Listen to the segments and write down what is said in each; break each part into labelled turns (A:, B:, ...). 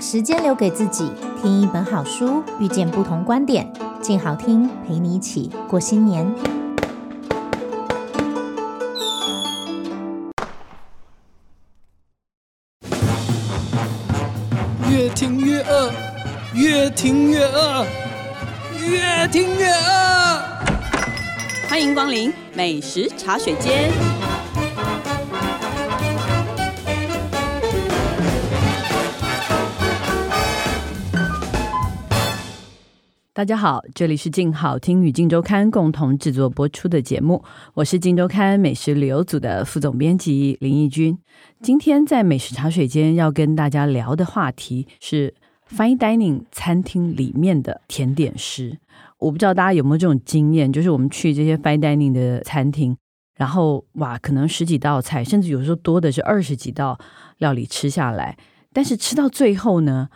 A: 时间留给自己，听一本好书，遇见不同观点，静好听陪你一起过新年。
B: 越听越饿，越听越饿，越听越饿。
C: 欢迎光临美食茶水间。
D: 大家好，这里是静好听与静周刊共同制作播出的节目，我是静周刊美食旅游组的副总编辑林义君。今天在美食茶水间要跟大家聊的话题是 fine dining 餐厅里面的甜点师。我不知道大家有没有这种经验，就是我们去这些 fine dining 的餐厅，然后哇，可能十几道菜，甚至有时候多的是二十几道料理吃下来，但是吃到最后呢，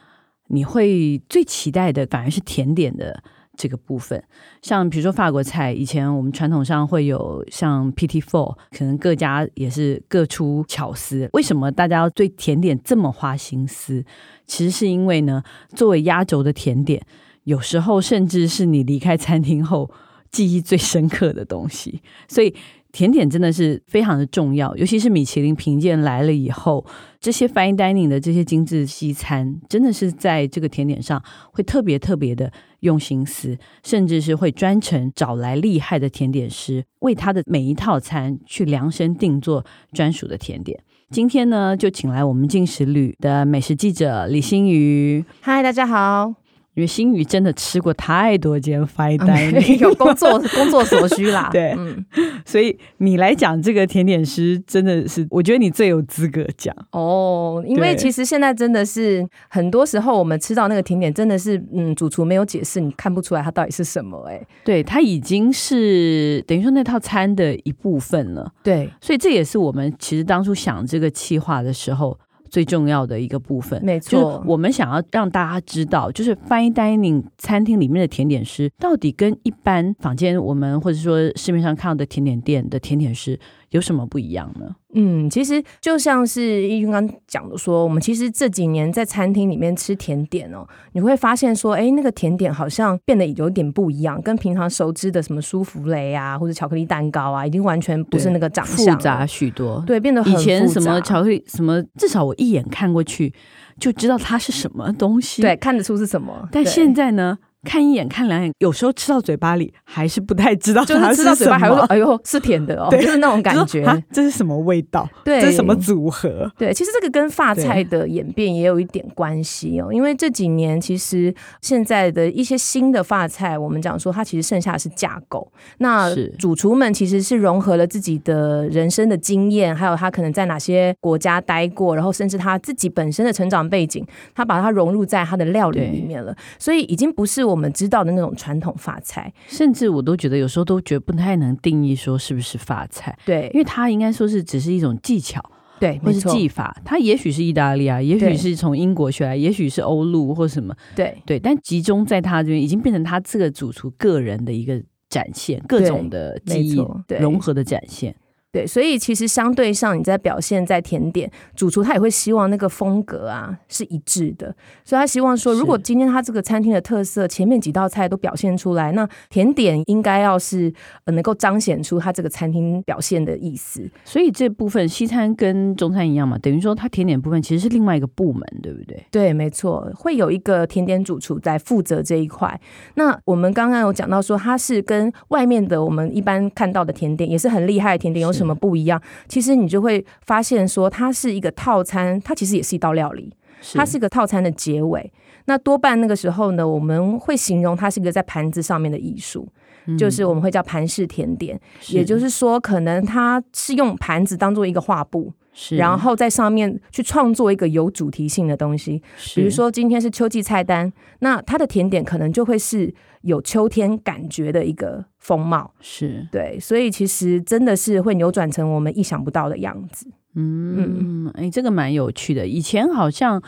D: 你会最期待的反而是甜点的这个部分，像比如说法国菜，以前我们传统上会有像 PT Four，可能各家也是各出巧思。为什么大家要对甜点这么花心思？其实是因为呢，作为压轴的甜点，有时候甚至是你离开餐厅后记忆最深刻的东西，所以。甜点真的是非常的重要，尤其是米其林评鉴来了以后，这些 fine dining 的这些精致西餐，真的是在这个甜点上会特别特别的用心思，甚至是会专程找来厉害的甜点师，为他的每一套餐去量身定做专属的甜点。今天呢，就请来我们进食旅的美食记者李欣瑜，
E: 嗨，大家好。
D: 因为欣瑜真的吃过太多哎间 fine
E: 啊没
D: dining，、
E: 有 工作工作所需啦。
D: 对
E: 嗯，
D: 所以你来讲这个甜点师，真的是我觉得你最有资格讲。
E: 哦，因
D: 对
E: 为其实现在真的是很多时候我们吃到那个甜点，真的是嗯，主厨没有解释，你看不出来它到底是什么、哎，
D: 对，它已经是等于说那套餐的一部分了，
E: 对，
D: 所以这也是我们其实当初想这个企划的时候最重要的一个部分。
E: 没
D: 就是
E: 错，
D: 我们想要让大家知道，就是 fine dining 餐厅里面的甜点师到底跟一般坊间我们或者说市面上看到的甜点店的甜点师有什么不一样呢？
E: 嗯，其实就像是一军刚讲的说，我们其实这几年在餐厅里面吃甜点哦，你会发现说，哎，那个甜点好像变得有点不一样，跟平常熟知的什么舒芙蕾啊，或者巧克力蛋糕啊，已经完全不是
D: 对
E: 那个长
D: 复
E: 相了，
D: 杂许多，
E: 对，变得很
D: 以前
E: 复
D: 什么
E: 杂
D: 巧克力什么，至少我一眼看过去就知道它是什么东西。
E: 对，，看得出是什么。
D: 但
E: 对
D: 现在呢，看一眼看两眼，有时候吃到嘴巴里还是不太知道
E: 就
D: 它
E: 是吃到嘴
D: 什
E: 巴还会说
D: 么：“
E: 哎呦，是甜的 哦。”
D: 对
E: 就是那种感
D: 就
E: 觉
D: 说。啊这是什么味道？
E: 对，
D: 这是什么组合？
E: 对，其实这个跟法菜的演变也有一点关系哦，因为这几年其实现在的一些新的法菜，我们讲说它其实剩下的是架构。那
D: 是
E: 主厨们其实是融合了自己的人生的经验，还有他可能在哪些国家待过，然后甚至他自己本身的成长背景，他把它融入在他的料理
D: 对
E: 里面了，所以已经不是我们知道的那种传统法菜。
D: 甚至我都觉得有时候都觉得不太能定义说是不是法菜，
E: 对
D: 因，为它应该说是只是一种技巧
E: 对，
D: 或
E: 没
D: 是
E: 错，
D: 技法，它也许是意大利啊，也许
E: 对
D: 是从英国学来，也许是欧陆或什么，
E: 对。
D: 对，但集中在他这边已经变成他这个主厨个人的一个展现，各
E: 对
D: 种的
E: 没
D: 记忆
E: 错对
D: 融合的展现。
E: 对，所以其实相对上，你在表现在甜点主厨，他也会希望那个风格啊是一致的，所以他希望说，
D: 是
E: 如果今天他这个餐厅的特色前面几道菜都表现出来，那甜点应该要是、呃、能够彰显出他这个餐厅表现的意思。
D: 所以这部分西餐跟中餐一样嘛，等于说它甜点部分其实是另外一个部门，对不对？
E: 对，没错，会有一个甜点主厨在负责这一块。那我们刚刚有讲到说，它是跟外面的我们一般看到的甜点，也是很厉害的甜点，有
D: 是
E: 什么不一样？其实你就会发现说，它是一个套餐，它其实也是一道料理。它是一个套餐的结尾。那多半那个时候呢，我们会形容它是一个在盘子上面的艺术，
D: 嗯
E: 就是我们会叫盘式甜点，也就是说，可能它是用盘子当做一个画布，
D: 是，
E: 然后在上面去创作一个有主题性的东西。比
D: 是
E: 如说今天是秋季菜单，那它的甜点可能就会是有秋天感觉的一个风貌。
D: 是
E: 对，所以其实真的是会扭转成我们意想不到的样子。嗯
D: 嗯，哎，这个蛮有趣的。以前好像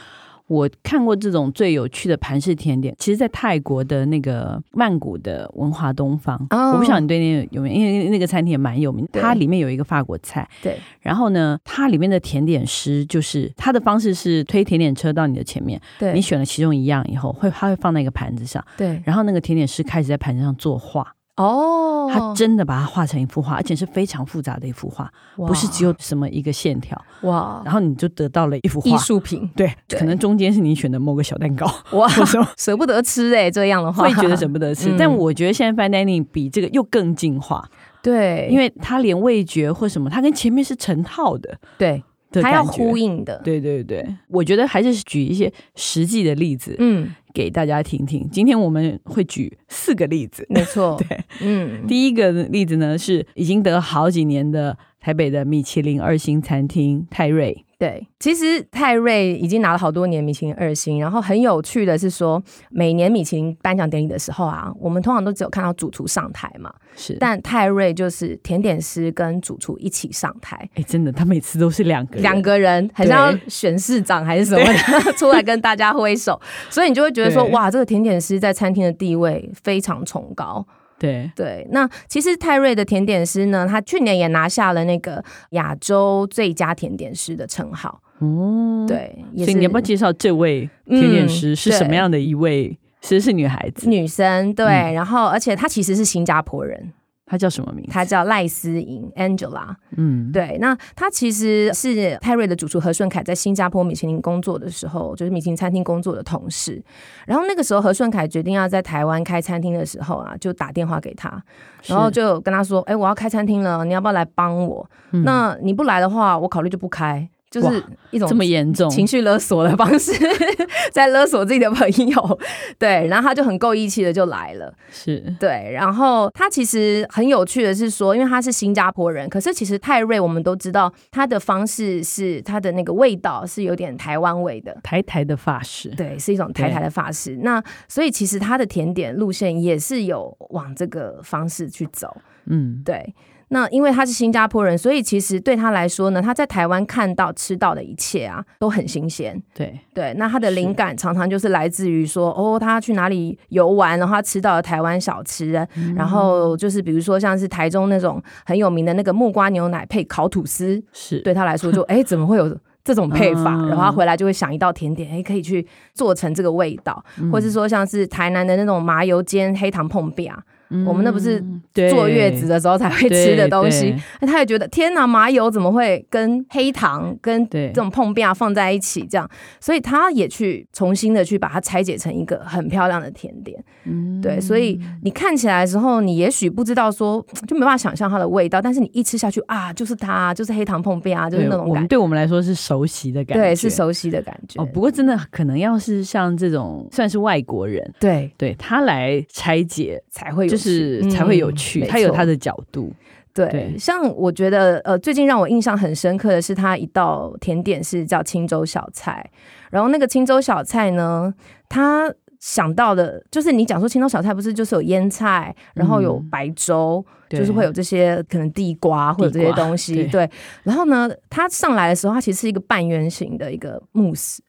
D: 我看过这种最有趣的盘式甜点，其实，在泰国的那个曼谷的文华东方，
E: 哦
D: 我不晓得你对那个有没有，因为那个餐厅也蛮有名，
E: 对
D: 它里面有一个法国菜，
E: 对，
D: 然后呢，它里面的甜点师就是他的方式是推甜点车到你的前面，
E: 对，
D: 你选了其中一样以后，会他会放在一个盘子上，
E: 对
D: 然后那个甜点师开始在盘子上作画，
E: 哦，
D: 他真的把它画成一幅画，而且是非常复杂的一幅画，不是只有什么一个线条，
E: 哇
D: 然后你就得到了一幅画
E: 艺。术品，
D: 对，
E: 对
D: 可能中间是你选的某个小蛋 糕，
E: 哇，
D: 或者
E: 舍不得吃哎、这样的话
D: 会觉得舍不得吃。
E: 嗯
D: 但我觉得现在 fine dining 比这个又更进化，
E: 对，
D: 因为它连味觉或什么，它跟前面是成套的，
E: 对
D: 的
E: 它要
D: 感觉
E: 呼。应的，
D: 对对对，我觉得还是举一些实际的例子
E: 嗯，
D: 给大家听听。今天我们会举四个例子，
E: 没错，
D: 对，
E: 嗯，
D: 第一个例子呢是已经得好几年的台北的米其林二星餐厅泰瑞，
E: 对，其实泰瑞已经拿了好多年米其林二星，然后很有趣的是说，每年米其林颁奖典礼的时候啊，我们通常都只有看到主厨上台嘛，
D: 是但
E: 但泰瑞就是甜点师跟主厨一起上台。
D: 哎，真的，他每次都是两个人
E: 两个人好像
D: 对
E: 选市长还是什么的，出来跟大家 挥手，所以你就会觉得说，
D: 对
E: 哇，这个甜点师在餐厅的地位非常崇高。
D: 对
E: 对，那其实泰瑞的甜点师呢，他去年也拿下了那个亚洲最佳甜点师的称号。
D: 哦，
E: 对，也
D: 所
E: 是
D: 以你要不要介绍这位甜点师是什么样的一位？其实是女孩子，
E: 女生？对，
D: 嗯
E: 然后而且她其实是新加坡人，
D: 她叫什么名字？
E: 她叫赖思颖 Angela。
D: 嗯，
E: 对，那她其实是泰瑞的主厨何顺凯在新加坡米其林工作的时候，就是米其林餐厅工作的同事。然后那个时候何顺凯决定要在台湾开餐厅的时候啊，就打电话给他，
D: 是，
E: 然后就跟他说：“哎、我要开餐厅了，你要不要来帮我？
D: 嗯
E: 那你不来的话，我考虑就不开。”就
D: 哇
E: 是一种
D: 这么严重，
E: 情绪勒索的方式， 在勒索自己的朋友。对，然后他就很够义气的就来了。
D: 是
E: 对，然后他其实很有趣的是说，因为他是新加坡人，可是其实泰瑞我们都知道他的方式是他的那个味道是有点台湾味的。
D: 台台的发饰，
E: 对，是一种台台的法式。那所以其实他的甜点路线也是有往这个方式去走。
D: 嗯，
E: 对，那因为他是新加坡人，所以其实对他来说呢，他在台湾看到吃到的一切啊，都很新鲜。
D: 对，
E: 对，那他的灵
D: 是
E: 感常常就是来自于说，哦，他去哪里游玩，然后他吃到了台湾小吃，然
D: 嗯
E: 后就是比如说像是台中那种很有名的那个木瓜牛奶配烤吐司，
D: 是，
E: 对他来 说就哎、怎么会有这种配法？
D: 嗯
E: 然后他回来就会想一道甜点，哎、可以去做成这个味道，
D: 嗯
E: 或是说像是台南的那种麻油煎黑糖碰饼啊，我们那不是
D: 嗯对
E: 坐月子的时候才会吃的东西，，那他也觉得天哪，麻油怎么会跟黑糖跟
D: 对
E: 这种碰壁啊放在一起这样？所以他也去重新的去把它拆解成一个很漂亮的甜点。
D: 嗯
E: 对，所以你看起来的时候，你也许不知道说，就没办法想象它的味道，但是你一吃下去啊，就是它，就是黑糖碰壁啊，就是
D: 对
E: 那种
D: 我们
E: 感觉，
D: 对我们来说是熟悉的感觉，
E: 对，是。熟悉的感觉。
D: 哦，不过真的可能要是像这种算是外国人，
E: 对，
D: 对他来拆解，
E: 才会有
D: 就是
E: 趣
D: 才会有
E: 嗯
D: 趣，
E: 没
D: 他有
E: 错
D: 他的角度，
E: 对，
D: 对
E: 像我觉得呃，最近让我印象很深刻的是它一道甜点是叫青州小菜，然后那个青州小菜呢，它想到的就是你讲说青州小菜不是就是有腌菜，然后有
D: 嗯
E: 白粥，
D: 对
E: 就是会有这些可能地瓜或者这些
D: 地瓜
E: 东西，
D: 对
E: 对。然后呢，它上来的时候，它其实是一个半圆形的一个慕斯。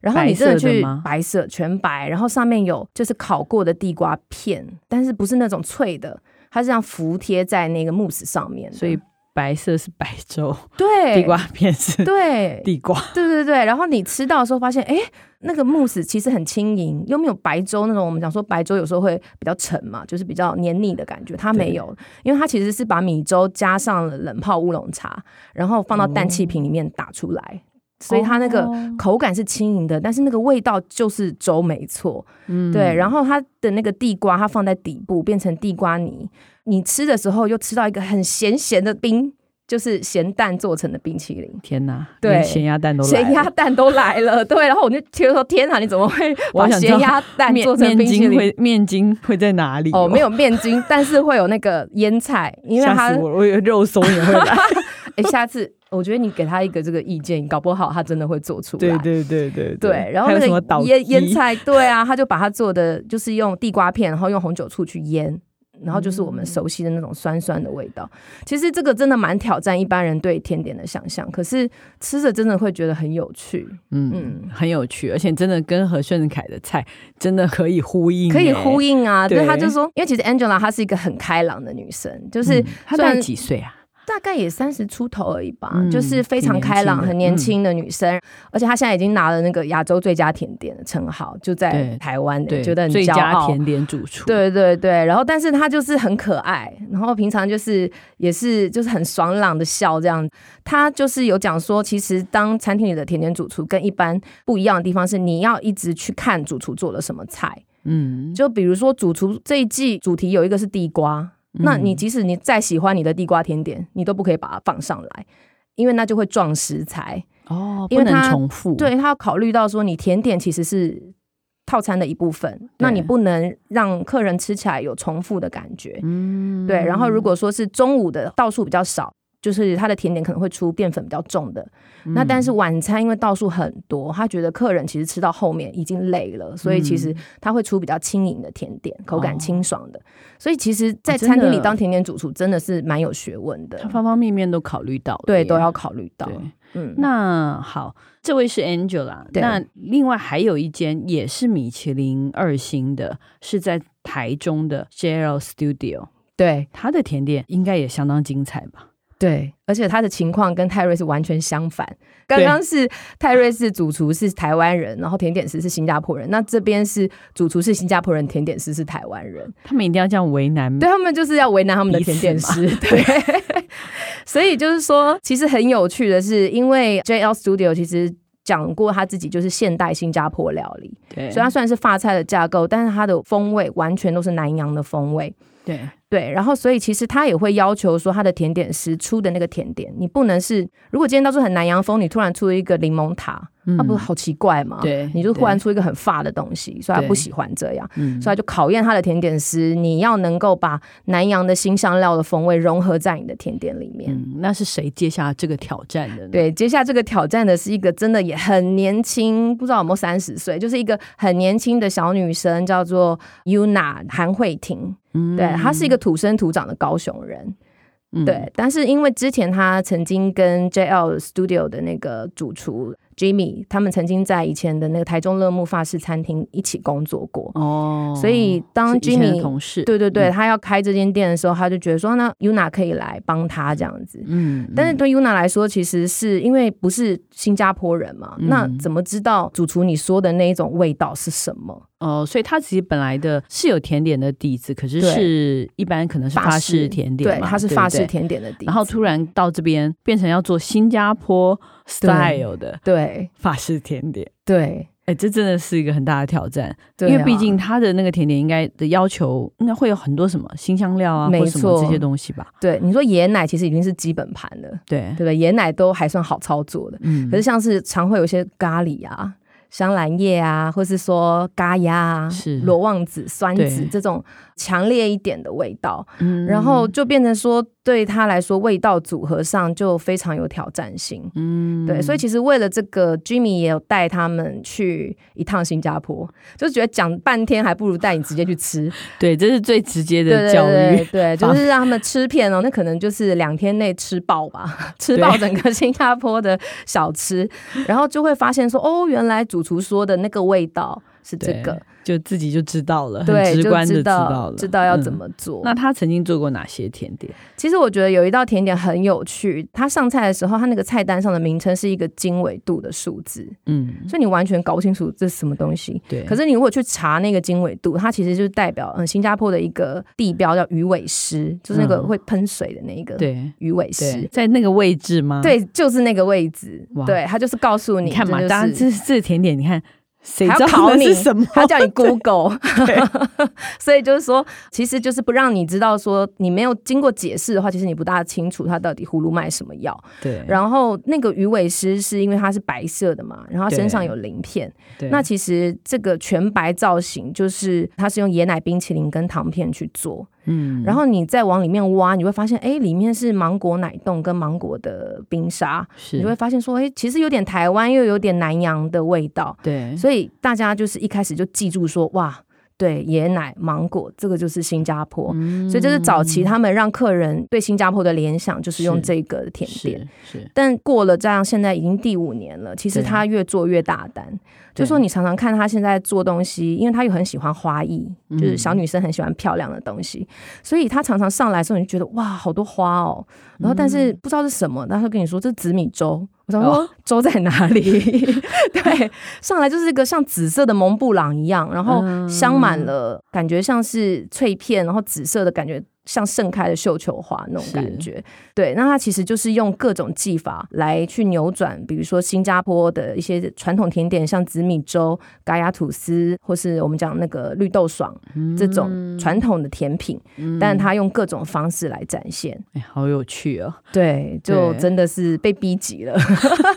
E: 然后你真
D: 白色
E: 的
D: 的
E: 去
D: 吗
E: 白色全白，然后上面有就是烤过的地瓜片，但是不是那种脆的，它是这样服贴在那个慕斯上面的，
D: 所以白色是白 粥，
E: 对
D: 地瓜片是
E: 哎对
D: 地瓜，
E: 对对对，然后你吃到的时候发现，哎，那个慕斯其实很轻盈，又没有白粥那种我们讲说白粥有时候会比较沉嘛，就是比较黏腻的感觉，它没有，因为它其实是把米粥加上了冷泡乌龙茶，然后放到氮气瓶里面打出来，所以它那个
D: 哦
E: 口感是轻盈的，但是那个味道就是粥没错，
D: 嗯
E: 对。然后它的那个地瓜，它放在底部变成地瓜泥，你吃的时候又吃到一个很咸咸的冰，就是咸蛋做成的冰淇淋。
D: 天哪，
E: 对
D: 连咸鸭蛋都来
E: 咸
D: 了
E: 鸭蛋都来了， 对，然后我就觉得说，天啊哪，你怎么会
D: 我
E: 把
D: 想知道
E: 咸鸭蛋
D: 面
E: 做成冰
D: 面
E: 淇
D: 筋
E: 淋？
D: 会面筋会在哪里？
E: 哦，没，有面筋，但是会有那个腌菜，因为
D: 吓
E: 它
D: 死我了，我以为肉松也会 来。
E: 哎，下次我觉得你给他一个这个意见，搞不好他真的会做出来。
D: 对对对对
E: 对，然后
D: 还有什
E: 那
D: 么
E: 个
D: 倒
E: 腌腌
D: 鸡
E: 菜，对啊，他就把它做的就是用地瓜片，然后用红酒醋去腌，然后就是我
D: 嗯
E: 们熟悉的那种酸酸的味道。其实这个真的蛮挑战一般人对甜点的想象，可是吃着真的会觉得很有趣，
D: 嗯，很有趣，而且真的跟何顺凯的菜真的可以呼应、
E: 可以呼
D: 应。
E: 应啊。
D: 对
E: 对，他就说，因为其实 Angela 她是一个很开朗的女生，就是
D: 嗯他
E: 虽
D: 大
E: 然
D: 概几岁啊？
E: 大概也三十出头而已吧，
D: 嗯
E: 就是非常开朗、
D: 挺
E: 很
D: 年
E: 年
D: 轻嗯
E: 轻的女生，而且她现在已经拿了那个亚洲最佳甜点的称号，就
D: 对
E: 在台湾的，
D: 对，
E: 觉得很
D: 最
E: 骄
D: 佳
E: 傲。
D: 甜点主厨。，
E: 对对对，然后但是她就是很可爱，然后平常就是也是就是很爽朗的笑这样。她就是有讲说，其实当餐厅里的甜点主厨跟一般不一样的地方是，你要一直去看主厨做了什么菜。
D: 嗯，
E: 就比如说主厨这一季主题有一个是地瓜，
D: 嗯
E: 那你即使你再喜欢你的地瓜甜点，你都不可以把它放上来，因为那就会撞食材。
D: 哦，
E: 因
D: 不
E: 为
D: 能
E: 他
D: 重复。
E: 对，他要考虑到说你甜点其实是套餐的一部分，那你不能让客人吃起来有重复的感觉。
D: 嗯，
E: 对，然后如果说是中午的道数比较少。就是它的甜点可能会出淀粉比较重的，
D: 嗯
E: 那但是晚餐因为道数很多，他觉得客人其实吃到后面已经累了，所以其实他会出比较轻盈的甜点，
D: 嗯
E: 口
D: 哦
E: 感清爽的。所以其实，在
D: 真的
E: 餐厅里当甜点主厨真的是蛮有学问的
D: 他，方方面面都考虑到了耶，
E: 对，都要考虑到
D: 对。
E: 嗯，
D: 那好，这位是 Angela。
E: 对
D: 那另外还有一间也是米其林二星的，是在台中的 Cheryl Studio，
E: 对
D: 它的甜点应该也相当精彩吧？
E: 对，而且他的情况跟泰瑞是完全相反。刚刚是泰瑞是主厨是台湾人，然后甜点师是新加坡人，那这边是主厨是新加坡人，甜点师是台湾人。
D: 他们一定要这样为难
E: 对他们就是要为难他们的
D: 彼此
E: 甜点师， 对。所以就是说，其实很有趣的是，因为 JL Studio 其实讲过他自己就是现代新加坡料理，
D: 对
E: 所以它虽然是法菜的架构，但是它的风味完全都是南洋的风味。
D: 对
E: 对，然后所以其实他也会要求说，他的甜点师出的那个甜点，你不能是，如果今天到处很南洋风，你突然出一个柠檬塔，那、啊不是好奇怪吗？
D: 嗯对
E: 你就忽然
D: 对
E: 出一个很发的东西，所以他
D: 对
E: 不喜欢这样。
D: 嗯
E: 所以他就考验他的甜点师，你要能够把南洋的新香料的风味融合在你的甜点里面。
D: 嗯，那是谁接下这个挑战的呢？，
E: 对，接下这个挑战的是一个真的也很年轻，不知道有没有三十岁，就是一个很年轻的小女生，叫做 Yuna 韩慧婷。
D: 嗯
E: 对，她是一个土生土长的高雄人。
D: 嗯
E: 对，但是因为之前她曾经跟 JL Studio 的那个主厨 Jimmy，他们曾经在以前的那个台中乐木法式餐厅一起工作过。
D: 哦，
E: 所以当
D: 是以前的
E: Jimmy
D: 同事，
E: 对对对，
D: 嗯
E: 他要开这间店的时候，他就觉得说，那 Yuna 可以来帮他这样子。
D: 嗯，
E: 但是对 Yuna 来说，其实是因为不是新加坡人嘛，
D: 嗯
E: 那怎么知道主厨你说的那一种味道是什么？
D: 哦，所以他自己本来的是有甜点的底子，可是
E: 对
D: 是一般可能是法式甜点
E: 对，
D: 嘛，
E: 它是
D: 对不
E: 法式
D: 对
E: 甜点的底子。
D: 然后突然到这边变成要做新加坡 style 的
E: 对
D: 法式甜点，
E: 对
D: 哎，这真的是一个很大的挑战，
E: 对啊，
D: 因为毕竟它的那个甜点应该的要求应该会有很多什么新香料啊，
E: 没
D: 或什么
E: 错
D: 这些东西吧，
E: 对你说椰奶其实已经是基本盘了，
D: 对
E: 对，不对？椰奶都还算好操作的，
D: 嗯
E: 可是像是常会有一些咖喱啊。香兰叶啊，或是说咖呀啊
D: 是、
E: 罗望子、酸子
D: 对
E: 这种强烈一点的味道，
D: 嗯
E: 然后就变成说，对他来说，味道组合上就非常有挑战性。
D: 嗯
E: 对，所以
D: 以
E: 其实为了这个，Jimmy 也有带他们去一趟新加坡，就是觉得讲半天还不如带你直接去吃。
D: 对，这是最直接
E: 对
D: 的
E: 对
D: 教育，
E: 对对，就是让他们吃遍哦，那可能就是两天内吃爆吧，吃爆整个新加坡的小吃，然后就会发现说，哦，原来主厨说的那个味道是这
D: 对
E: 个，
D: 就自己就知道了，很
E: 对，
D: 直
E: 就
D: 观的
E: 知
D: 道
E: 道
D: 了，
E: 知道要怎
D: 嗯
E: 么做。
D: 那他曾经做过哪些甜点？
E: 其实我觉得有一道甜点很有趣，它上菜的时候，它那个菜单上的名称是一个经纬度的数字，
D: 嗯，
E: 所以你完全搞不清楚这是什么东西。
D: 对。
E: 可是你如果去查那个经纬度，它其实就代表嗯新加坡的一个地标叫鱼尾狮，就是那个
D: 嗯
E: 会喷水的那一个
D: 对
E: 鱼尾
D: 对
E: 狮，。
D: 在那个位置吗？，
E: 对，就是那个位置
D: 哇。
E: 对，它就是告诉你，
D: 你看嘛，
E: 这
D: 大家
E: 就是
D: 这这甜点，你看谁
E: 还
D: 知
E: 要
D: 道
E: 考
D: 那
E: 你
D: 是什么？
E: 他叫你 Google，所以 就是说，其实就是不让你知道说你没有经过解释的话，其实你不大清楚它到底葫芦卖什么药。
D: 对，
E: 然后那个鱼尾狮是因为它是白色的嘛，然后它身上
D: 对
E: 有鳞片。
D: 对
E: 那其实这个全白造型就是它是用椰奶冰淇淋跟糖片去做，
D: 嗯
E: 然后你再往里面挖，你会发现哎，诶里面是芒果奶冻跟芒果的冰沙，
D: 是
E: 你就会发现说哎，诶其实有点台湾又有点南洋的味道，
D: 对，
E: 所以大家就是一开始就记住说哇。对椰奶、芒果，这个就是新加坡，所以这是早期他们让客人对新加坡的联想，就是用
D: 嗯是
E: 这个甜点。
D: 是是，
E: 但过了这样，现在已经第五年了，其实
D: 对
E: 他越做越大胆。
D: 对
E: 就说你常常看他现在做东西，因为他又很喜欢花艺，就是
D: 嗯
E: 小女生很喜欢漂亮的东西，所以他常常上来的时候，你就觉得哇，好多花哦。然后但是不知道是什么，然后他跟你说这紫米粥，我想说
D: 嗯哦
E: 粥在哪里？ 对，上来就是一个像紫色的蒙布朗一样，然后
D: 嗯
E: 镶满了，感觉像是脆片，然后紫色的感觉。像盛开的绣球花那种
D: 是
E: 感觉，对，那它其实就是用各种技法来去扭转，比如说新加坡的一些传统甜点，像紫米粥、咖亚吐司，或是我们讲那个绿豆爽、这
D: 嗯
E: 种传统的甜品，但它用各种方式来展现。
D: 哎，好有趣哦。
E: 对，就
D: 对
E: 真的是被逼急了，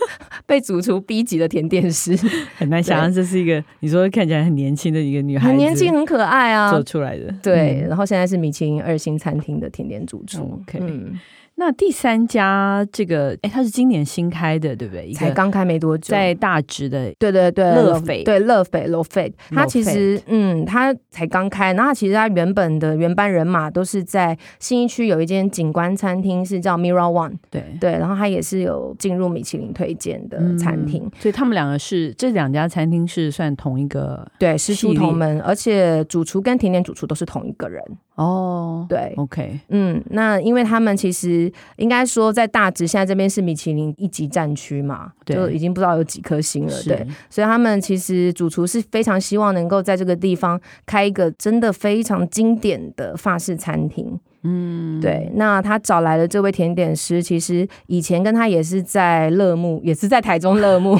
E: 被主厨逼急的甜点师，
D: 很难想象这是一个你说看起来很年轻的一个女孩，
E: 很年轻，很可爱啊
D: 做。出来的。嗯
E: 对，然后现在是米其林二星餐厅的甜点主厨
D: OK
E: 嗯，
D: 那第三家这个，哎，它是今年新开的，对不对？一
E: 才
D: 个
E: 刚开没多久，
D: 在大直的，
E: 对对对，
D: 乐
E: 乐
D: 斐
E: 对乐斐乐斐，它
D: Lofate
E: 其实嗯，它才刚开，然后它其实它原本的原班人马都是在新一区有一间景观餐厅是叫 Mirror One，
D: 对
E: 对，然后它也是有进入米其林推荐的
D: 嗯
E: 餐厅，
D: 所以他们两个是这两家餐厅是算同一个
E: 对，师
D: 系
E: 出
D: 列
E: 同门，而且主厨跟甜点主厨都是同一个人，
D: 哦。
E: 对。
D: OK，
E: 嗯，那因为他们其实应该说，在大直现在这边是米其林一级战区嘛，
D: 对
E: 就已经不知道有几颗星了，
D: 是
E: 对，所以他们其实主厨是非常希望能够在这个地方开一个真的非常经典的法式餐厅。嗯，对。那他找来的这位甜点师，其实以前跟他也是在乐木，也是在台中乐 木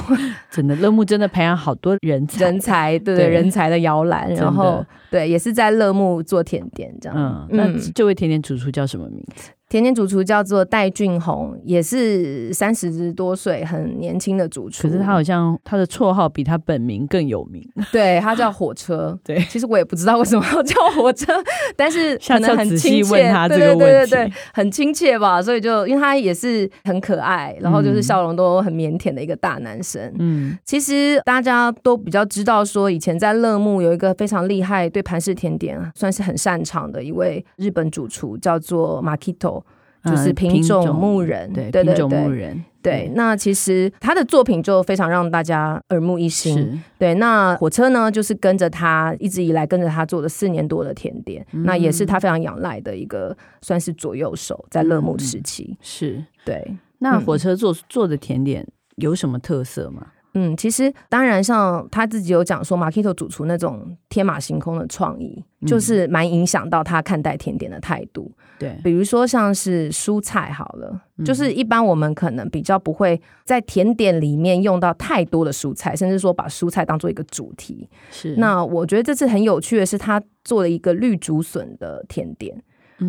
D: 真的乐木真的培养好多人才，
E: 人才，对
D: 对
E: 对，人才的摇篮。
D: 真的
E: 然后对，也是在乐木做甜点这样。
D: 嗯，那这位甜点主厨叫什么名字？
E: 甜点主厨叫做戴俊宏，也是三十多岁，很年轻的主厨。
D: 可是他好像他的绰号比他本名更有名，
E: 对他叫火车，
D: 对
E: 其实我也不知道为什么要叫火车， 但是
D: 下
E: 可
D: 次要
E: 能很
D: 仔
E: 亲
D: 细
E: 切，
D: 问他这
E: 对
D: 个
E: 对对
D: 问
E: 对
D: 题。
E: 对，很亲切吧，所以就因为他也是很可爱，然后就是笑容都很腼腆的一个大男生。
D: 嗯，
E: 其实大家都比较知道，说以前在乐木有一个非常厉害，对盘式甜点算是很擅长的一位日本主厨，叫做 Makito，就是
D: 嗯
E: 品种牧人。
D: 对
E: 对
D: 品
E: 对
D: 种牧
E: 对
D: 人，
E: 对，那其实他的作品就非常让大家耳目一新。
D: 是
E: 对，那火车呢，就是跟着他一直以来跟着他做了四年多的甜点，那也是他非常仰赖的一个算是左右手，在乐木时期。
D: 是。
E: 对，
D: 那
E: 嗯
D: 火车做做的甜点有什么特色吗？
E: 嗯，其实当然像他自己有讲说，Makito 主厨那种天马行空的创意，就是蛮影响到他看待甜点的态度。
D: 对，
E: 比如说像是蔬菜好了，
D: 嗯
E: 就是一般我们可能比较不会在甜点里面用到太多的蔬菜，甚至说把蔬菜当做一个主题。
D: 是
E: 那我觉得这次很有趣的是，他做了一个绿竹笋的甜点，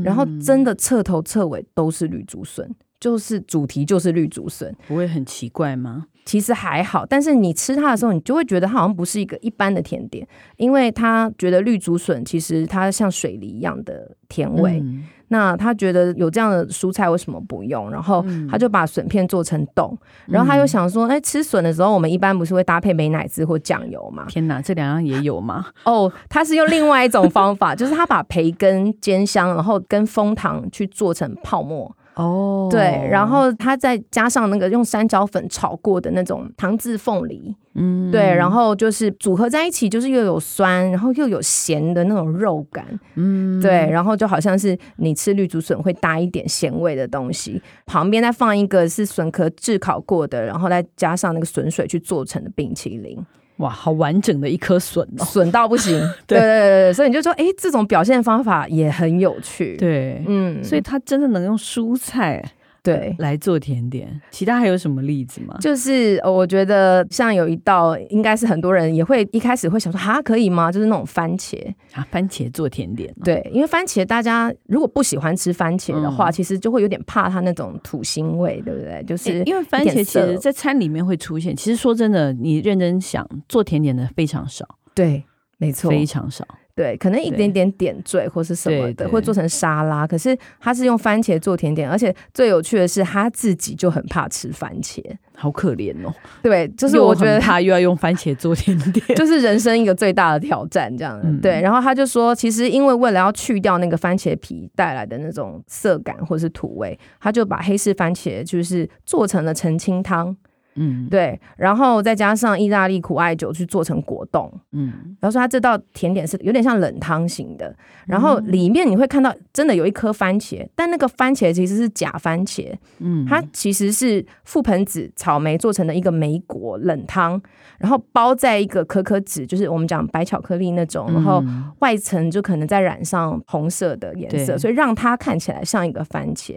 E: 然后
D: 嗯
E: 真的彻头彻尾都是绿竹笋，就是主题就是绿竹笋。
D: 不会很奇怪吗？
E: 其实还好，但是你吃它的时候，你就会觉得它好像不是一个一般的甜点，因为他觉得绿竹笋其实它像水梨一样的甜味。
D: 嗯
E: 那他觉得有这样的蔬菜为什么不用？然后
D: 嗯
E: 他就把笋片做成冻，然后他又想说，哎、吃笋的时候我们一般不是会搭配美乃滋或酱油嘛？
D: 天哪，这两样也有吗？
E: 哦，他是用另外一种方法， 就是他把培根煎香，然后跟枫糖去做成泡沫，
D: 哦
E: 对，然后他再加上那个用山椒粉炒过的那种糖渍凤梨，
D: 嗯
E: 对，然后就是组合在一起，就是又有酸，然后又有咸的那种肉感，
D: 嗯
E: 对，然后就好像是你吃绿竹笋会搭一点咸味的东西，旁边再放一个是笋壳炙烤过的，然后再加上那个笋水去做成的冰淇淋。
D: 哇，好完整的一颗笋哦。
E: 损到不行。
D: 对
E: 对对对对，所以你就说，哎、这种表现方法也很有趣。，
D: 对，
E: 嗯，
D: 所
E: 所以
D: 以它真的能用蔬菜
E: 对。
D: 来做甜点，其他还有什么例子吗？
E: 就是呃我觉得像有一道，应该是很多人也会一开始会想说，哈，可以吗？就是那种番茄，
D: 啊，番茄做甜点哦、
E: 对，因为番茄大家如果不喜欢吃番茄的话，
D: 嗯
E: 其实就会有点怕它那种土腥味，对不对？就是、
D: 诶因为番
E: 有
D: 茄
E: 点
D: 其实，
E: 涩
D: 在餐里面会出现。其实说真的，你认真想，做甜点的非常少，
E: 对，没错，
D: 非常少。
E: 对，可能一点点点缀或是什么
D: 对
E: 的，
D: 对
E: 会做成沙拉。可是它是用番茄做甜点，而且最有趣的是他自己就很怕吃番茄，
D: 好可怜哦。
E: 对，就是我觉得
D: 他又要用番茄做甜点，
E: 就是人生一个最大的挑战，这样、
D: 嗯
E: 对。然后他就说，其实因为为了要去掉那个番茄皮带来的那种涩感或是土味，他就把黑市番茄就是做成了澄清汤，
D: 嗯
E: 对，然后再加上意大利苦艾酒去做成果冻，
D: 嗯，
E: 然后说它这道甜点是有点像冷汤型的，然后里面你会看到真的有一颗番茄，但那个番茄其实是假番茄，
D: 嗯
E: 它其实是覆盆子草莓做成的一个莓果冷汤，然后包在一个可可脂，就是我们讲白巧克力那种，然后
D: 嗯
E: 外层就可能再染上红色的颜
D: 对
E: 色，所以让它看起来像一个番茄。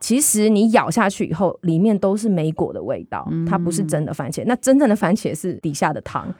E: 其实你咬下去以后，里面都是莓果的味道，它不是真的番茄。那真正的番茄是底下的汤，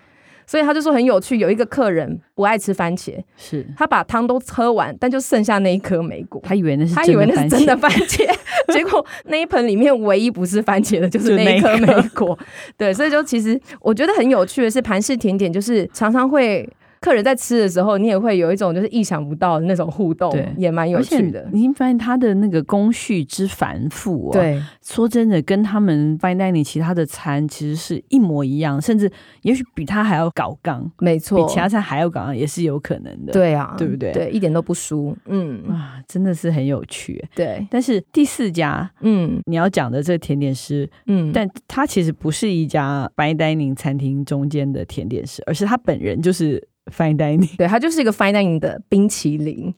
E: 所以他就说很有趣。有一个客人不爱吃番茄，
D: 是
E: 他把汤都喝完，但就剩下那一颗莓果。
D: 他以为那是
E: 他以为那是真的
D: 番茄，
E: 番茄， 结果那一盆里面唯一不是番茄的就是那一颗
D: 就那
E: 莓
D: 一颗
E: 果。对，所以就其实我觉得很有趣的是，盘式甜点就是常常会。客人在吃的时候，你也会有一种就是意想不到的那种互动
D: 对，
E: 也蛮有
D: 而且
E: 趣的。
D: 你发现他的那个工序之繁复哦。，
E: 对
D: 说真的，跟他们 fine dining 其他的餐其实是一模一样，甚至也许比他还要搞纲，
E: 没
D: 比
E: 错，
D: 其他餐还要搞纲也是有可能的。，
E: 对啊，
D: 对不对
E: 对，一点都不输。嗯，
D: 哇，真的是很有趣。
E: 对，
D: 但是第四家
E: 嗯
D: 你要讲的这个甜点师，
E: 嗯，
D: 但它其实不是一家 fine dining 餐厅中间的甜点师，而是他本人就是 fine dining
E: 对，它就是一个 fine dining 的冰淇淋，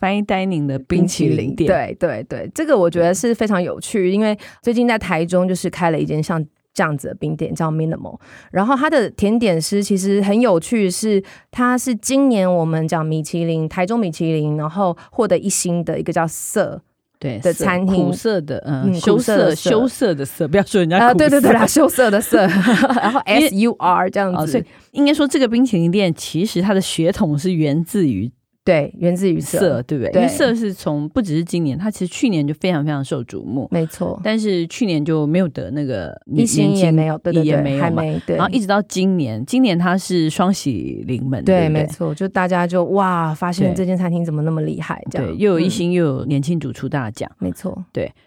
D: fine dining 的冰淇淋店。，
E: 对对对，这个我觉得是非常有趣，因为最近在台中就是开了一间像。这样子的冰店叫 Minimal，然后它的甜点师其实很有趣是，它是今年我们讲米其林台中米其林，然后获得一星的一个叫色
D: 对
E: 的
D: 色
E: 餐厅
D: 苦涩的，嗯，
E: 嗯
D: 羞
E: 苦涩
D: 涩
E: 的涩
D: 羞涩的涩，不要说人家
E: 啊、
D: 苦涩
E: 对对对啦，羞涩 的涩，然后
D: 因为
E: S U R 这样
D: 哦，
E: 子，
D: 所以应该说这个冰淇淋店其实它的血统是源自于
E: 对，源自于
D: 色，
E: 色，
D: 对不对？
E: 对
D: 因为色是从不只是今年，它其实去年就非常非常受瞩目，
E: 没错，
D: 但是去年就没有得那个
E: 一
D: 年
E: 星
D: 年
E: 也
D: 轻
E: 没有，对对
D: 也
E: 对，
D: 没有
E: 还
D: 嘛
E: 没对，
D: 然后一直到今年，今年它是双喜临门，
E: 对，
D: 不
E: 没错，就大家就哇，发现
D: 对
E: 这间餐厅怎么那么厉害，这样
D: 对，又有一
E: 嗯
D: 星，又有年轻主厨大奖，
E: 没错，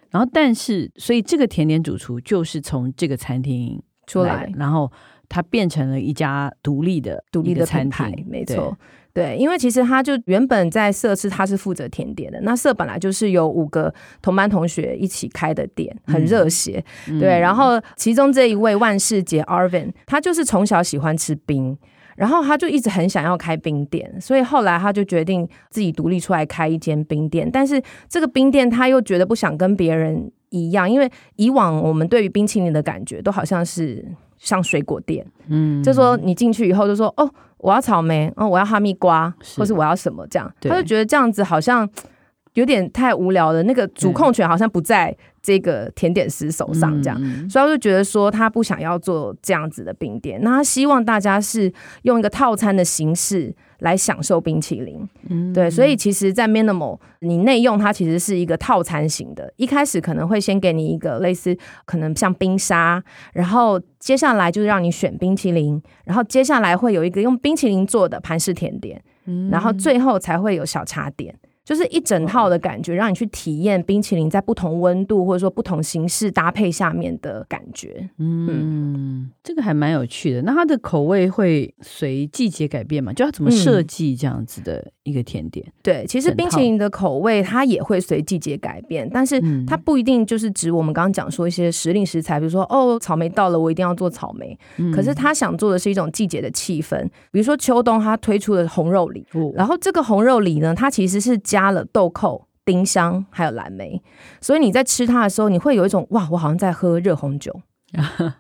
D: 然后但是，所以这个甜点主厨就是从这个餐厅
E: 出
D: 来
E: 来
D: 的，然后它变成了一家独立的
E: 独立
D: 一个
E: 的
D: 餐
E: 品牌
D: 厅，，
E: 没
D: 对
E: 错。对，因为其实他就原本在社是他是负责甜点的，那社本来就是有五个同班同学一起开的店，很热
D: 嗯
E: 血。对，然后其中这一位万事杰 Arvin，他就是从小喜欢吃冰，然后他就一直很想要开冰店，所以后来他就决定自己独立出来开一间冰店。但是这个冰店他又觉得不想跟别人一样，因为以往我们对于冰淇淋的感觉都好像是像水果店。
D: 嗯
E: 就说你进去以后就说哦，我要草莓，哦，我要哈密瓜，
D: 是
E: 或是我要什么这样，
D: 对
E: 他就觉得这样子好像嘖有点太无聊了，那个主控权好像不在这个甜点师手上这样。
D: 嗯嗯
E: 所以他就觉得说，他不想要做这样子的冰店，那他希望大家是用一个套餐的形式来享受冰淇淋。
D: 嗯
E: 对，所以其实，在 minimal 你内用它其实是一个套餐型的，一开始可能会先给你一个类似可能像冰沙，然后接下来就是让你选冰淇淋，然后接下来会有一个用冰淇淋做的盘式甜点，然
D: 嗯
E: 后最后才会有小茶点。就是一整套的感觉，让你去体验冰淇淋在不同温度或者说不同形式搭配下面的感觉。
D: 嗯，这个还蛮有趣的。那它的口味会随季节改变嘛？就要怎么设计这样子的一个甜点？
E: 对，其实
D: 整套
E: 冰淇淋的口味它也会随季节改变，但是
D: 嗯
E: 它不一定就是指我们刚刚讲说一些时令食材，比如说哦，草莓到了，我一定要做草莓。
D: 嗯
E: 可是他想做的是一种季节的气氛，比如说秋冬他推出了红肉梨，
D: 哦
E: 然后这个红肉梨呢，它其实是加了豆蔻。丁香还有蓝莓，所以你在吃它的时候，你会有一种哇，我好像在喝热红酒，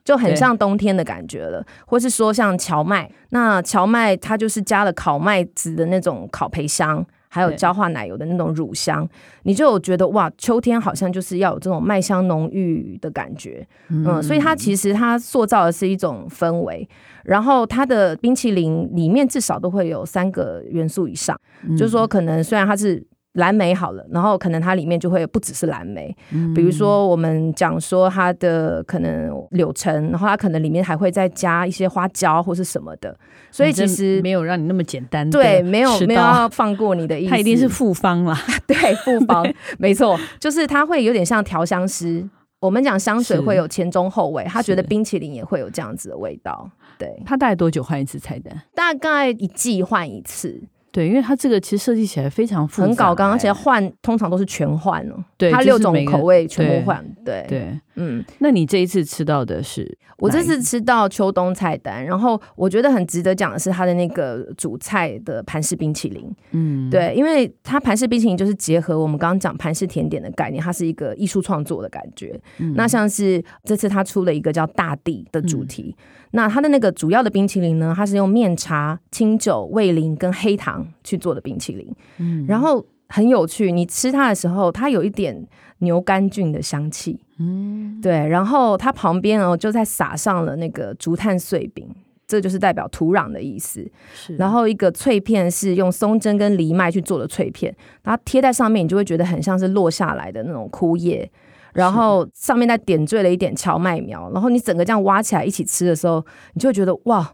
E: 就很像冬天的感觉了。或是说像荞麦，那荞麦它就是加了烤麦子的那种烤培香，还有
D: 对
E: 焦化奶油的那种乳香，你就有觉得哇，秋天好像就是要有这种麦香浓郁的感觉，嗯所以它其实它塑造的是一种氛围，然后它的冰淇淋里面至少都会有三个元素以上，
D: 嗯
E: 就是说可能虽然它是。蓝莓好了，然后可能它里面就会不只是蓝莓，
D: 嗯
E: 比如说我们讲说它的可能柳橙，然后它可能里面还会再加一些花椒或是什么的，所以
D: 反正
E: 其实
D: 哦没有让你那么简单地
E: 对没有
D: 吃
E: 没有
D: 到
E: 要放过你 的意思，
D: 它 一定是复方啦。
E: 对，复方，没错，就是它会有点像调香师我们讲香水
D: 是
E: 会有前中后味，他觉得
D: 是
E: 冰淇淋也会有这样子的味道。对，
D: 它大概多久换一次菜单？
E: 大概一季换一次，
D: 对，因为它这个其实设计起来非常复杂，
E: 很搞纲，而且
D: 哎
E: 换通常都是全换哦。
D: 对
E: 它
D: 就是
E: 六种
D: 每个
E: 口味全
D: 对
E: 部换。对，
D: 对。
E: 嗯，
D: 那你这一次吃到的是
E: 我这
D: 哪一
E: 次吃到秋冬菜单，然后我觉得很值得讲的是它的那个主菜的盘式冰淇淋。
D: 嗯，
E: 对，因为它盘式冰淇淋就是结合我们刚刚讲盘式甜点的概念，它是一个艺术创作的感觉。
D: 嗯
E: 那像是这次它出了一个叫“大地”的主题，那它的那个主要的冰淇淋呢，它是用面茶、清酒、味淋跟黑糖去做的冰淇淋，
D: 嗯
E: 然后很有趣，你吃它的时候，它有一点牛肝菌的香气。
D: 嗯
E: 对，然后它旁边哦就在撒上了那个竹炭碎饼，这就是代表土壤的意思。
D: 是，
E: 然后一个脆片是用松针跟藜麦去做的脆片，然后贴在上面，你就会觉得很像是落下来的那种枯叶。然后上面再点缀了一点荞麦苗，然后你整个这样挖起来一起吃的时候，你就会觉得哇，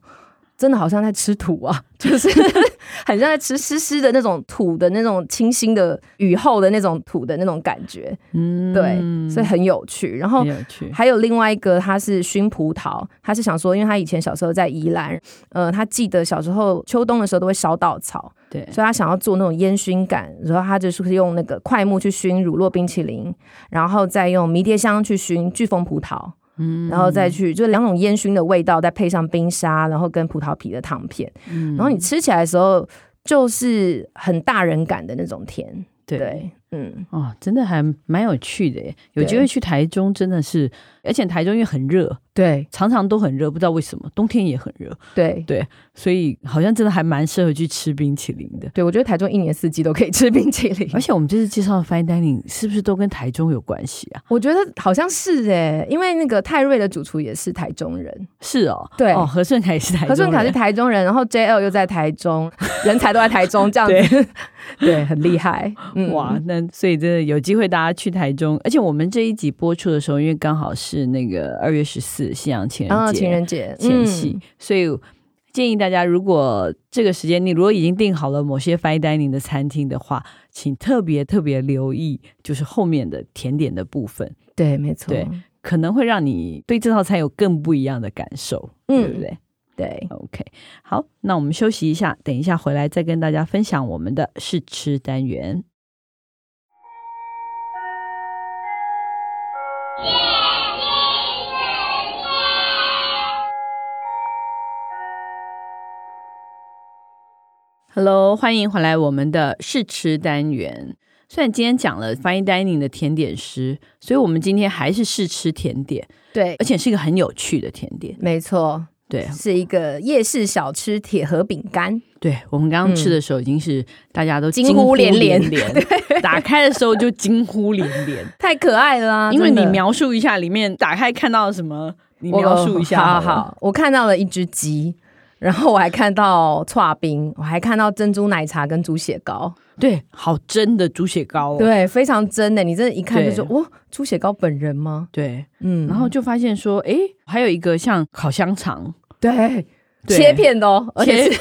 E: 真的好像在吃土啊， 就是很像在吃湿湿的那种土的那种清新的雨后的那种土的那种感觉，
D: 嗯
E: 对，所以很有趣。然后
D: 很有趣，
E: 还有另外一个，他是熏葡萄，他是想说，因为他以前小时候在宜兰，呃，他记得小时候秋冬的时候都会烧稻草，
D: 对，
E: 所以他想要做那种烟熏感，然后他就是用那个快木去熏乳酪冰淇淋，然后再用迷迭香去熏飓风葡萄，嗯，然后再去就两种烟熏的味道，再配上冰沙，然后跟葡萄皮的糖片，
D: 嗯
E: 然后你吃起来的时候就是很大人感的那种甜，
D: 对。
E: 对，嗯，
D: 哦，真的还蛮有趣的耶！有机
E: 对
D: 会去台中，真的是，而且台中因为很热，
E: 对
D: 常常都很热，不知道为什么，冬天也很热，
E: 对。
D: 所以好像真的还蛮适合去吃冰淇淋的。
E: 对，我觉得台中一年四季都可以吃冰淇淋，
D: 而且我们这次介绍的 fine dining 是不是都跟台中有关系啊？
E: 我觉得好像是哎、因为那个泰瑞的主厨也是台中人，
D: 是哦，
E: 对
D: 哦，何顺凯也是台中人，
E: 何顺凯是台中人，然后 JL 又在 台中，人才都在台中，这样子， 对，很厉害，嗯、
D: 哇，，那所以真的有机会大家去台中，而且我们这一集播出的时候，因为刚好是那个二月十四西洋情
E: 然后
D: 人节
E: 啊情人节嗯
D: 前戏，所以建议大家，如果这个时间你如果已经订好了某些 fine dining 的餐厅的话，请特别特别留意，就是后面的甜点的部分，
E: 嗯对，没错，
D: 对可能会让你对这套菜有更不一样的感受，对不
E: 嗯，
D: 对
E: 对，
D: ？OK，好，那我们休息一下，等一下回来再跟大家分享我们的试吃单元。Hello，欢迎回来我们的试吃单元。虽然今天讲了 fine dining 的甜点师，所以我们今天还是试吃甜点，
E: 对
D: 而，且是一个很有趣的甜点。
E: 没错，
D: 对
E: 是一个夜市小吃铁盒饼干，
D: 对，我们刚刚吃的时候已经是、大家都
E: 嗯惊
D: 惊
E: 呼
D: 呼
E: 连连
D: 连 连，打开的时候就惊呼连连，
E: 太可爱了啊、
D: 因为
E: 真
D: 你
E: 的
D: 描述一下里面打开看到了什么，你
E: 我
D: 描述一下
E: 好
D: 好了
E: 好，我看到了一只鸡。然后我还看到 刨冰，我还看到珍珠奶茶跟猪血糕，
D: 对，好真的猪血糕哦，
E: 对，非常真的，你真的一看就
D: 对
E: 说，哇，猪血糕本人吗？
D: 对，
E: 嗯，
D: 然后就发现说，诶，还有一个像烤香肠，
E: 对
D: 对
E: 切片的哦，而且是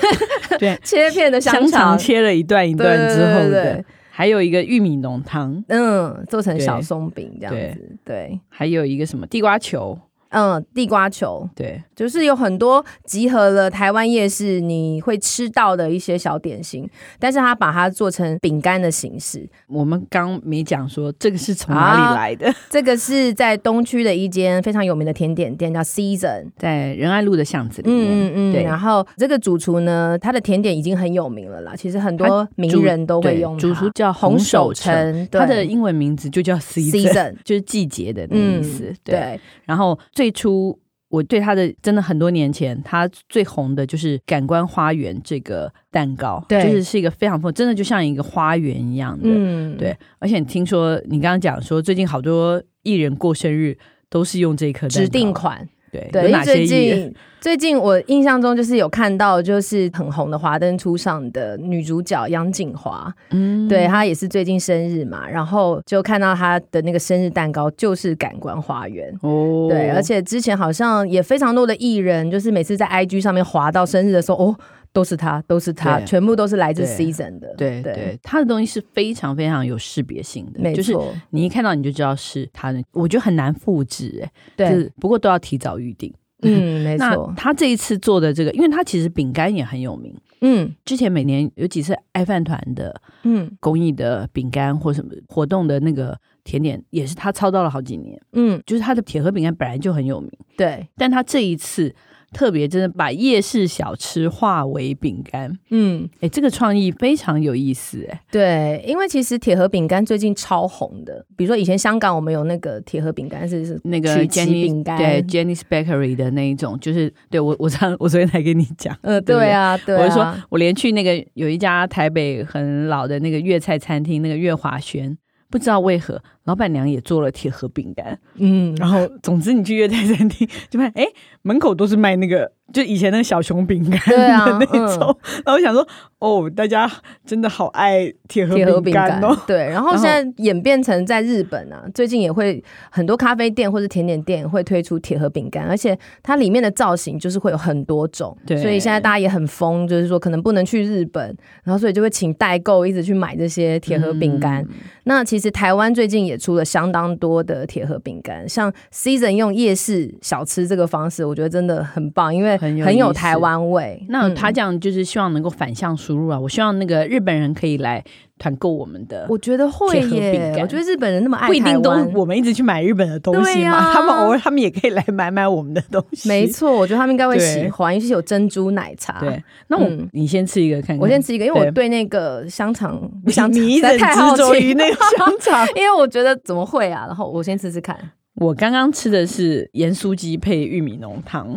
D: 对，
E: 切片的
D: 香肠
E: 肠，
D: 切了一段一
E: 对
D: 段之后
E: 对对
D: 的，
E: 对
D: 还有一个玉米浓汤，
E: 嗯，做成
D: 对
E: 小松饼这样子，对，
D: 还有一个什么地瓜球，
E: 嗯，地瓜球
D: 对，
E: 就是有很多集合了台湾夜市你会吃到的一些小点心，但是它把它做成饼干的形式。
D: 我们刚没讲说这个是从哪
E: 啊
D: 里来的，
E: 这个是在东区的一间非常有名的甜点店，叫 Season。
D: 在仁爱路的巷子里面。
E: 嗯嗯嗯，
D: 对
E: 然后这个主厨呢，他的甜点已经很有名了啦。其实很多名
D: 主
E: 人都会
D: 对
E: 用它。
D: 主厨叫
E: 红
D: 洪守
E: 手成，对
D: 它的英文名字就叫 season，,
E: Season
D: 就是季节的那个意思。对。
E: 嗯对
D: 然后最初我对它的真的很多年前，它最红的就是感官花园这个蛋糕，
E: 对
D: 就是是一个非常丰，真的就像一个花园一样的。
E: 嗯
D: 对，而且你听说你刚刚讲说，最近好多艺人过生日都是用这一颗蛋糕
E: 指定款，
D: 对，有
E: 对，因
D: 哪
E: 为
D: 些
E: 最
D: 艺人？
E: 近 最近我印象中就是有看到，就是很红的《华灯初上》的女主角杨锦华，嗯，对她也是最近生日嘛，然后就看到她的那个生日蛋糕就是感官花园，
D: 哦
E: 对，而且之前好像也非常多的艺人，就是每次在 IG 上面滑到生日的时候，哦，都是他，都是他，
D: 对
E: 全部都是来自
D: 对
E: Season 的，
D: 对对，他的东西是非常非常有识别性的，
E: 没
D: 就是
E: 错，
D: 你一看到你就知道是他的，我觉得很难复制、哎，就
E: 对，
D: 是不过都要提早预定。
E: 嗯，没
D: 那
E: 错，
D: 他这一次做的这个，因为他其实饼干也很有名，
E: 嗯
D: 之前每年有几次爱饭团的
E: 嗯
D: 公益的饼干或什么活动的那个甜点，也是他操到了好几年。
E: 嗯，
D: 就是他的铁盒饼干本来就很有名，
E: 对，
D: 但他这一次特别真的把夜市小吃化为饼干，
E: 嗯
D: 哎，这个创意非常有意思，哎，
E: 对，因为其实铁盒饼干最近超红的，比如说以前香港我们有那个铁盒饼干是是
D: 那个
E: 曲奇
D: Jenny
E: 饼干
D: 对 Jenny's Bakery 的那一种，就是对我我上我昨天才跟你讲，
E: 呃，
D: 对不
E: 对啊，对啊，
D: 我是说我连去那个有一家台北很老的那个粤菜餐厅，那个月华轩。不知道为何，老板娘也做了铁盒饼干。
E: 嗯，
D: 然后，总之你去粤菜餐厅就发现，哎，门口都是卖那个，就以前那个小熊饼干
E: 对啊
D: 的那种。然后我想说，哦，大家真的好爱铁盒
E: 铁盒饼
D: 干
E: 干嗯
D: 哦。，
E: 对， 然后
D: 然
E: 现
D: 后
E: 在演变成在日本啊，最近也会很多咖啡店或者甜点店会推出铁盒饼干，而且它里面的造型就是会有很多种，
D: 对
E: 所以现在大家也很疯，就是说可能不能去日本，然后所以就会请代购一直去买这些铁盒饼干。那其实台湾最近也出了相当多的铁盒饼干，像 Season 用夜市小吃这个方式，我觉得真的很棒，因为
D: 很有
E: 很
D: 意
E: 有
D: 思
E: 台湾味。
D: 那
E: 嗯
D: 他这样就是希望能够反向输入啊！我希望那个日本人可以来团购我们的，
E: 我觉得会
D: 铁盒饼
E: 耶，
D: 干
E: 我觉得日本人那么爱
D: 不一
E: 台
D: 定都
E: 湾
D: 我们一直去买日本的东西
E: 对
D: 嘛，
E: 啊
D: 他们偶尔 他们也可以来买买我们的东西。
E: 没，错，我觉得他们应该会
D: 对
E: 喜欢，尤其是有珍珠奶茶。
D: 对。那我、
E: 嗯
D: 你先吃一个看看，
E: 我先吃一个，因为我
D: 对
E: 对那个香肠
D: 你
E: 香肠
D: 你一
E: 实
D: 直
E: 在
D: 很
E: 太好
D: 执着
E: 奇
D: 于那个香肠。
E: 因为我觉得怎么会啊？然后我先吃吃看。
D: 我刚刚吃的是盐酥鸡配玉米浓汤，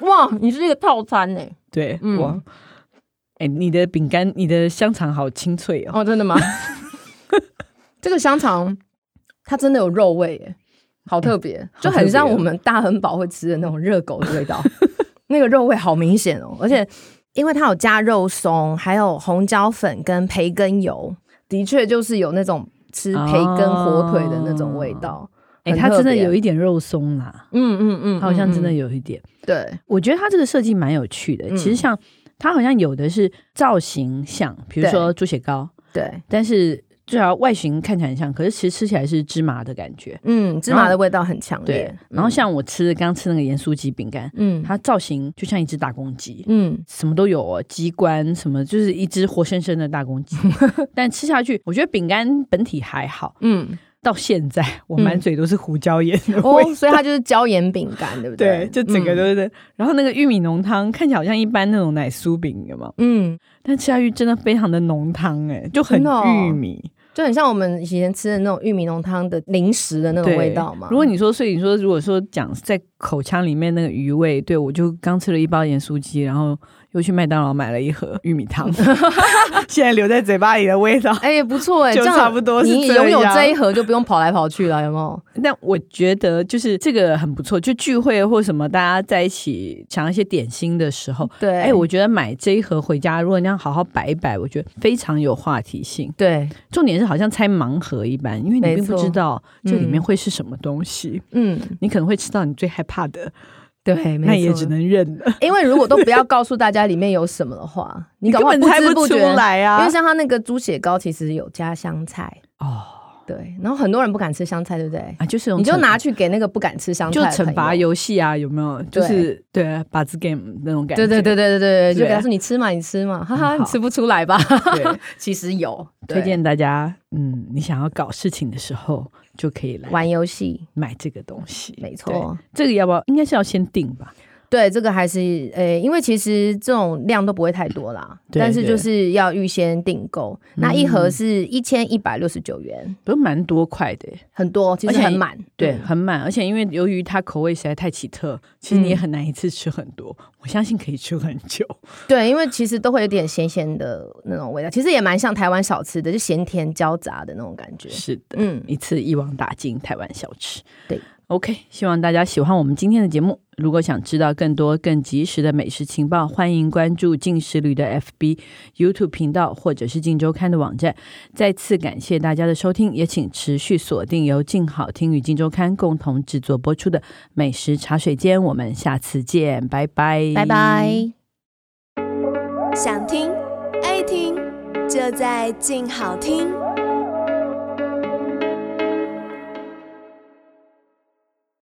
E: 哇，你是一个套餐呢、
D: 对，
E: 嗯
D: 哇，哎、你的饼干，你的香肠好清脆哦。
E: 哦，真的吗？ 这个香肠它真的有肉味耶、好特别，就
D: 好特
E: 很
D: 别
E: 像
D: 哦
E: 我们大亨堡会吃的那种热狗的味道， 那个肉味好明显哦，而且。因为它有加肉松，还有红椒粉跟培根油，的确就是有那种吃培根火腿的那种味道。
D: 哎、
E: 很
D: 它
E: 特
D: 真的
E: 别
D: 有一点肉松啦，
E: 嗯嗯嗯，
D: 它好像真的
E: 嗯
D: 有一点。
E: 对，
D: 我觉得它这个设计蛮有趣的。
E: 嗯
D: 其实像它好像有的是造型像，比如
E: 对
D: 说猪血糕，
E: 对，
D: 但是至少外形看起来很像，可是其实吃起来是芝麻的感觉。
E: 嗯，芝麻的味道很强烈
D: 对。，然后像我吃的刚吃那个盐酥鸡饼干，
E: 嗯，嗯
D: 它造型就像一只大公鸡，
E: 嗯
D: 什么都有哦，鸡冠什么，就是一只活生生的大公 鸡。但吃下去，我觉得饼干本体还好，
E: 嗯，
D: 到现在我满
E: 嗯
D: 嘴都是胡椒盐的味道
E: 哦，所以它就是椒盐饼干，对不
D: 对，就整个
E: 嗯
D: 都是。然后那个玉米浓汤看起来好像一般那种奶酥饼，有吗？
E: 嗯，
D: 但吃下去真的非常的浓汤，哎，就很
E: 真的哦
D: 玉米
E: 就很像我们以前吃的那种玉米浓汤的零食的那种
D: 对
E: 味道嘛。
D: 如果你说，所以你说，如果说讲在口腔里面那个余味，对我就刚吃了一包盐酥鸡，然后又去麦当劳买了一盒玉米 汤，现在留在嘴巴里的味道。
E: 哎、不错哎、
D: 就
E: 这样
D: 差不多是
E: 你
D: 这
E: 拥有
D: 样哎
E: 这一盒就不用跑来跑去了，有 没有？
D: 但我觉得就是这个很不错，就聚会或什么大家在一起抢一些点心的时候，
E: 对，
D: 哎，我觉得买这一盒回家，如果那样好好摆一摆，我觉得非常有话题性。
E: 对，
D: 重点是好像拆盲盒一般，因为你
E: 没
D: 并不
E: 错
D: 知道这里
E: 嗯
D: 面会是什么东西，
E: 嗯，
D: 你可能会吃到你最害怕的，
E: 对，没
D: 那也
E: 错
D: 只，能认了，
E: 因为如果都不要告诉大家里面有什么的话，你搞
D: 根
E: 不好
D: 本猜
E: 知不
D: 出
E: 觉。
D: 来
E: 因
D: 啊
E: 为。像它那个猪血糕，其实有加香菜，
D: 哦
E: 对，然后很多人不敢吃香菜，对不对？
D: 啊，就是用
E: 你就
D: 惩
E: 拿去给那个不敢吃香
D: 就
E: 菜的
D: 惩罚
E: 朋友
D: 游戏啊，有没有？就是对啊把子 game 那种感觉，
E: 对对对对对对
D: 是
E: 对，就给他说你吃嘛，你吃嘛，哈
D: 嗯
E: 哈，你
D: 好
E: 吃不出来 吧？
D: 对，
E: 其实有
D: 推荐大家，嗯，你想要搞事情的时候就可以
E: 对
D: 来
E: 玩游戏，
D: 买这个东西，
E: 没错。
D: 对。这个要不要？应该是要先定吧？
E: 对，这个还是呃，因为其实这种量都不会太多啦，
D: 对
E: 但是
D: 对嗯
E: 就是要预先订购。那一盒是一千一百六十九元，
D: 不是蛮多块的耶，
E: 很多，其
D: 而
E: 实
D: 且
E: 很满。
D: 对，
E: 嗯
D: 很满。而且因为由于它口味实在太奇特，其实你也很难一次吃很多。我相信可以吃很久。
E: 对，因为其实都会有点咸咸的那种味道，其实也蛮像台湾小吃的，就咸甜交杂的那种感觉。
D: 是的，
E: 嗯，
D: 一次一网打尽台湾小吃。
E: 对，
D: OK，希望大家喜欢我们今天的节目。如果想知道更多更及时的美食情报，欢迎关注进食旅的 FB、YouTube 频道或者是静周刊的网站。再次感谢大家的收听，也请持续锁定由静好听与静周刊共同制作播出的《美食茶水间》，我们下次见，拜拜，
A: 拜拜。
F: 想听爱听，就在静好听。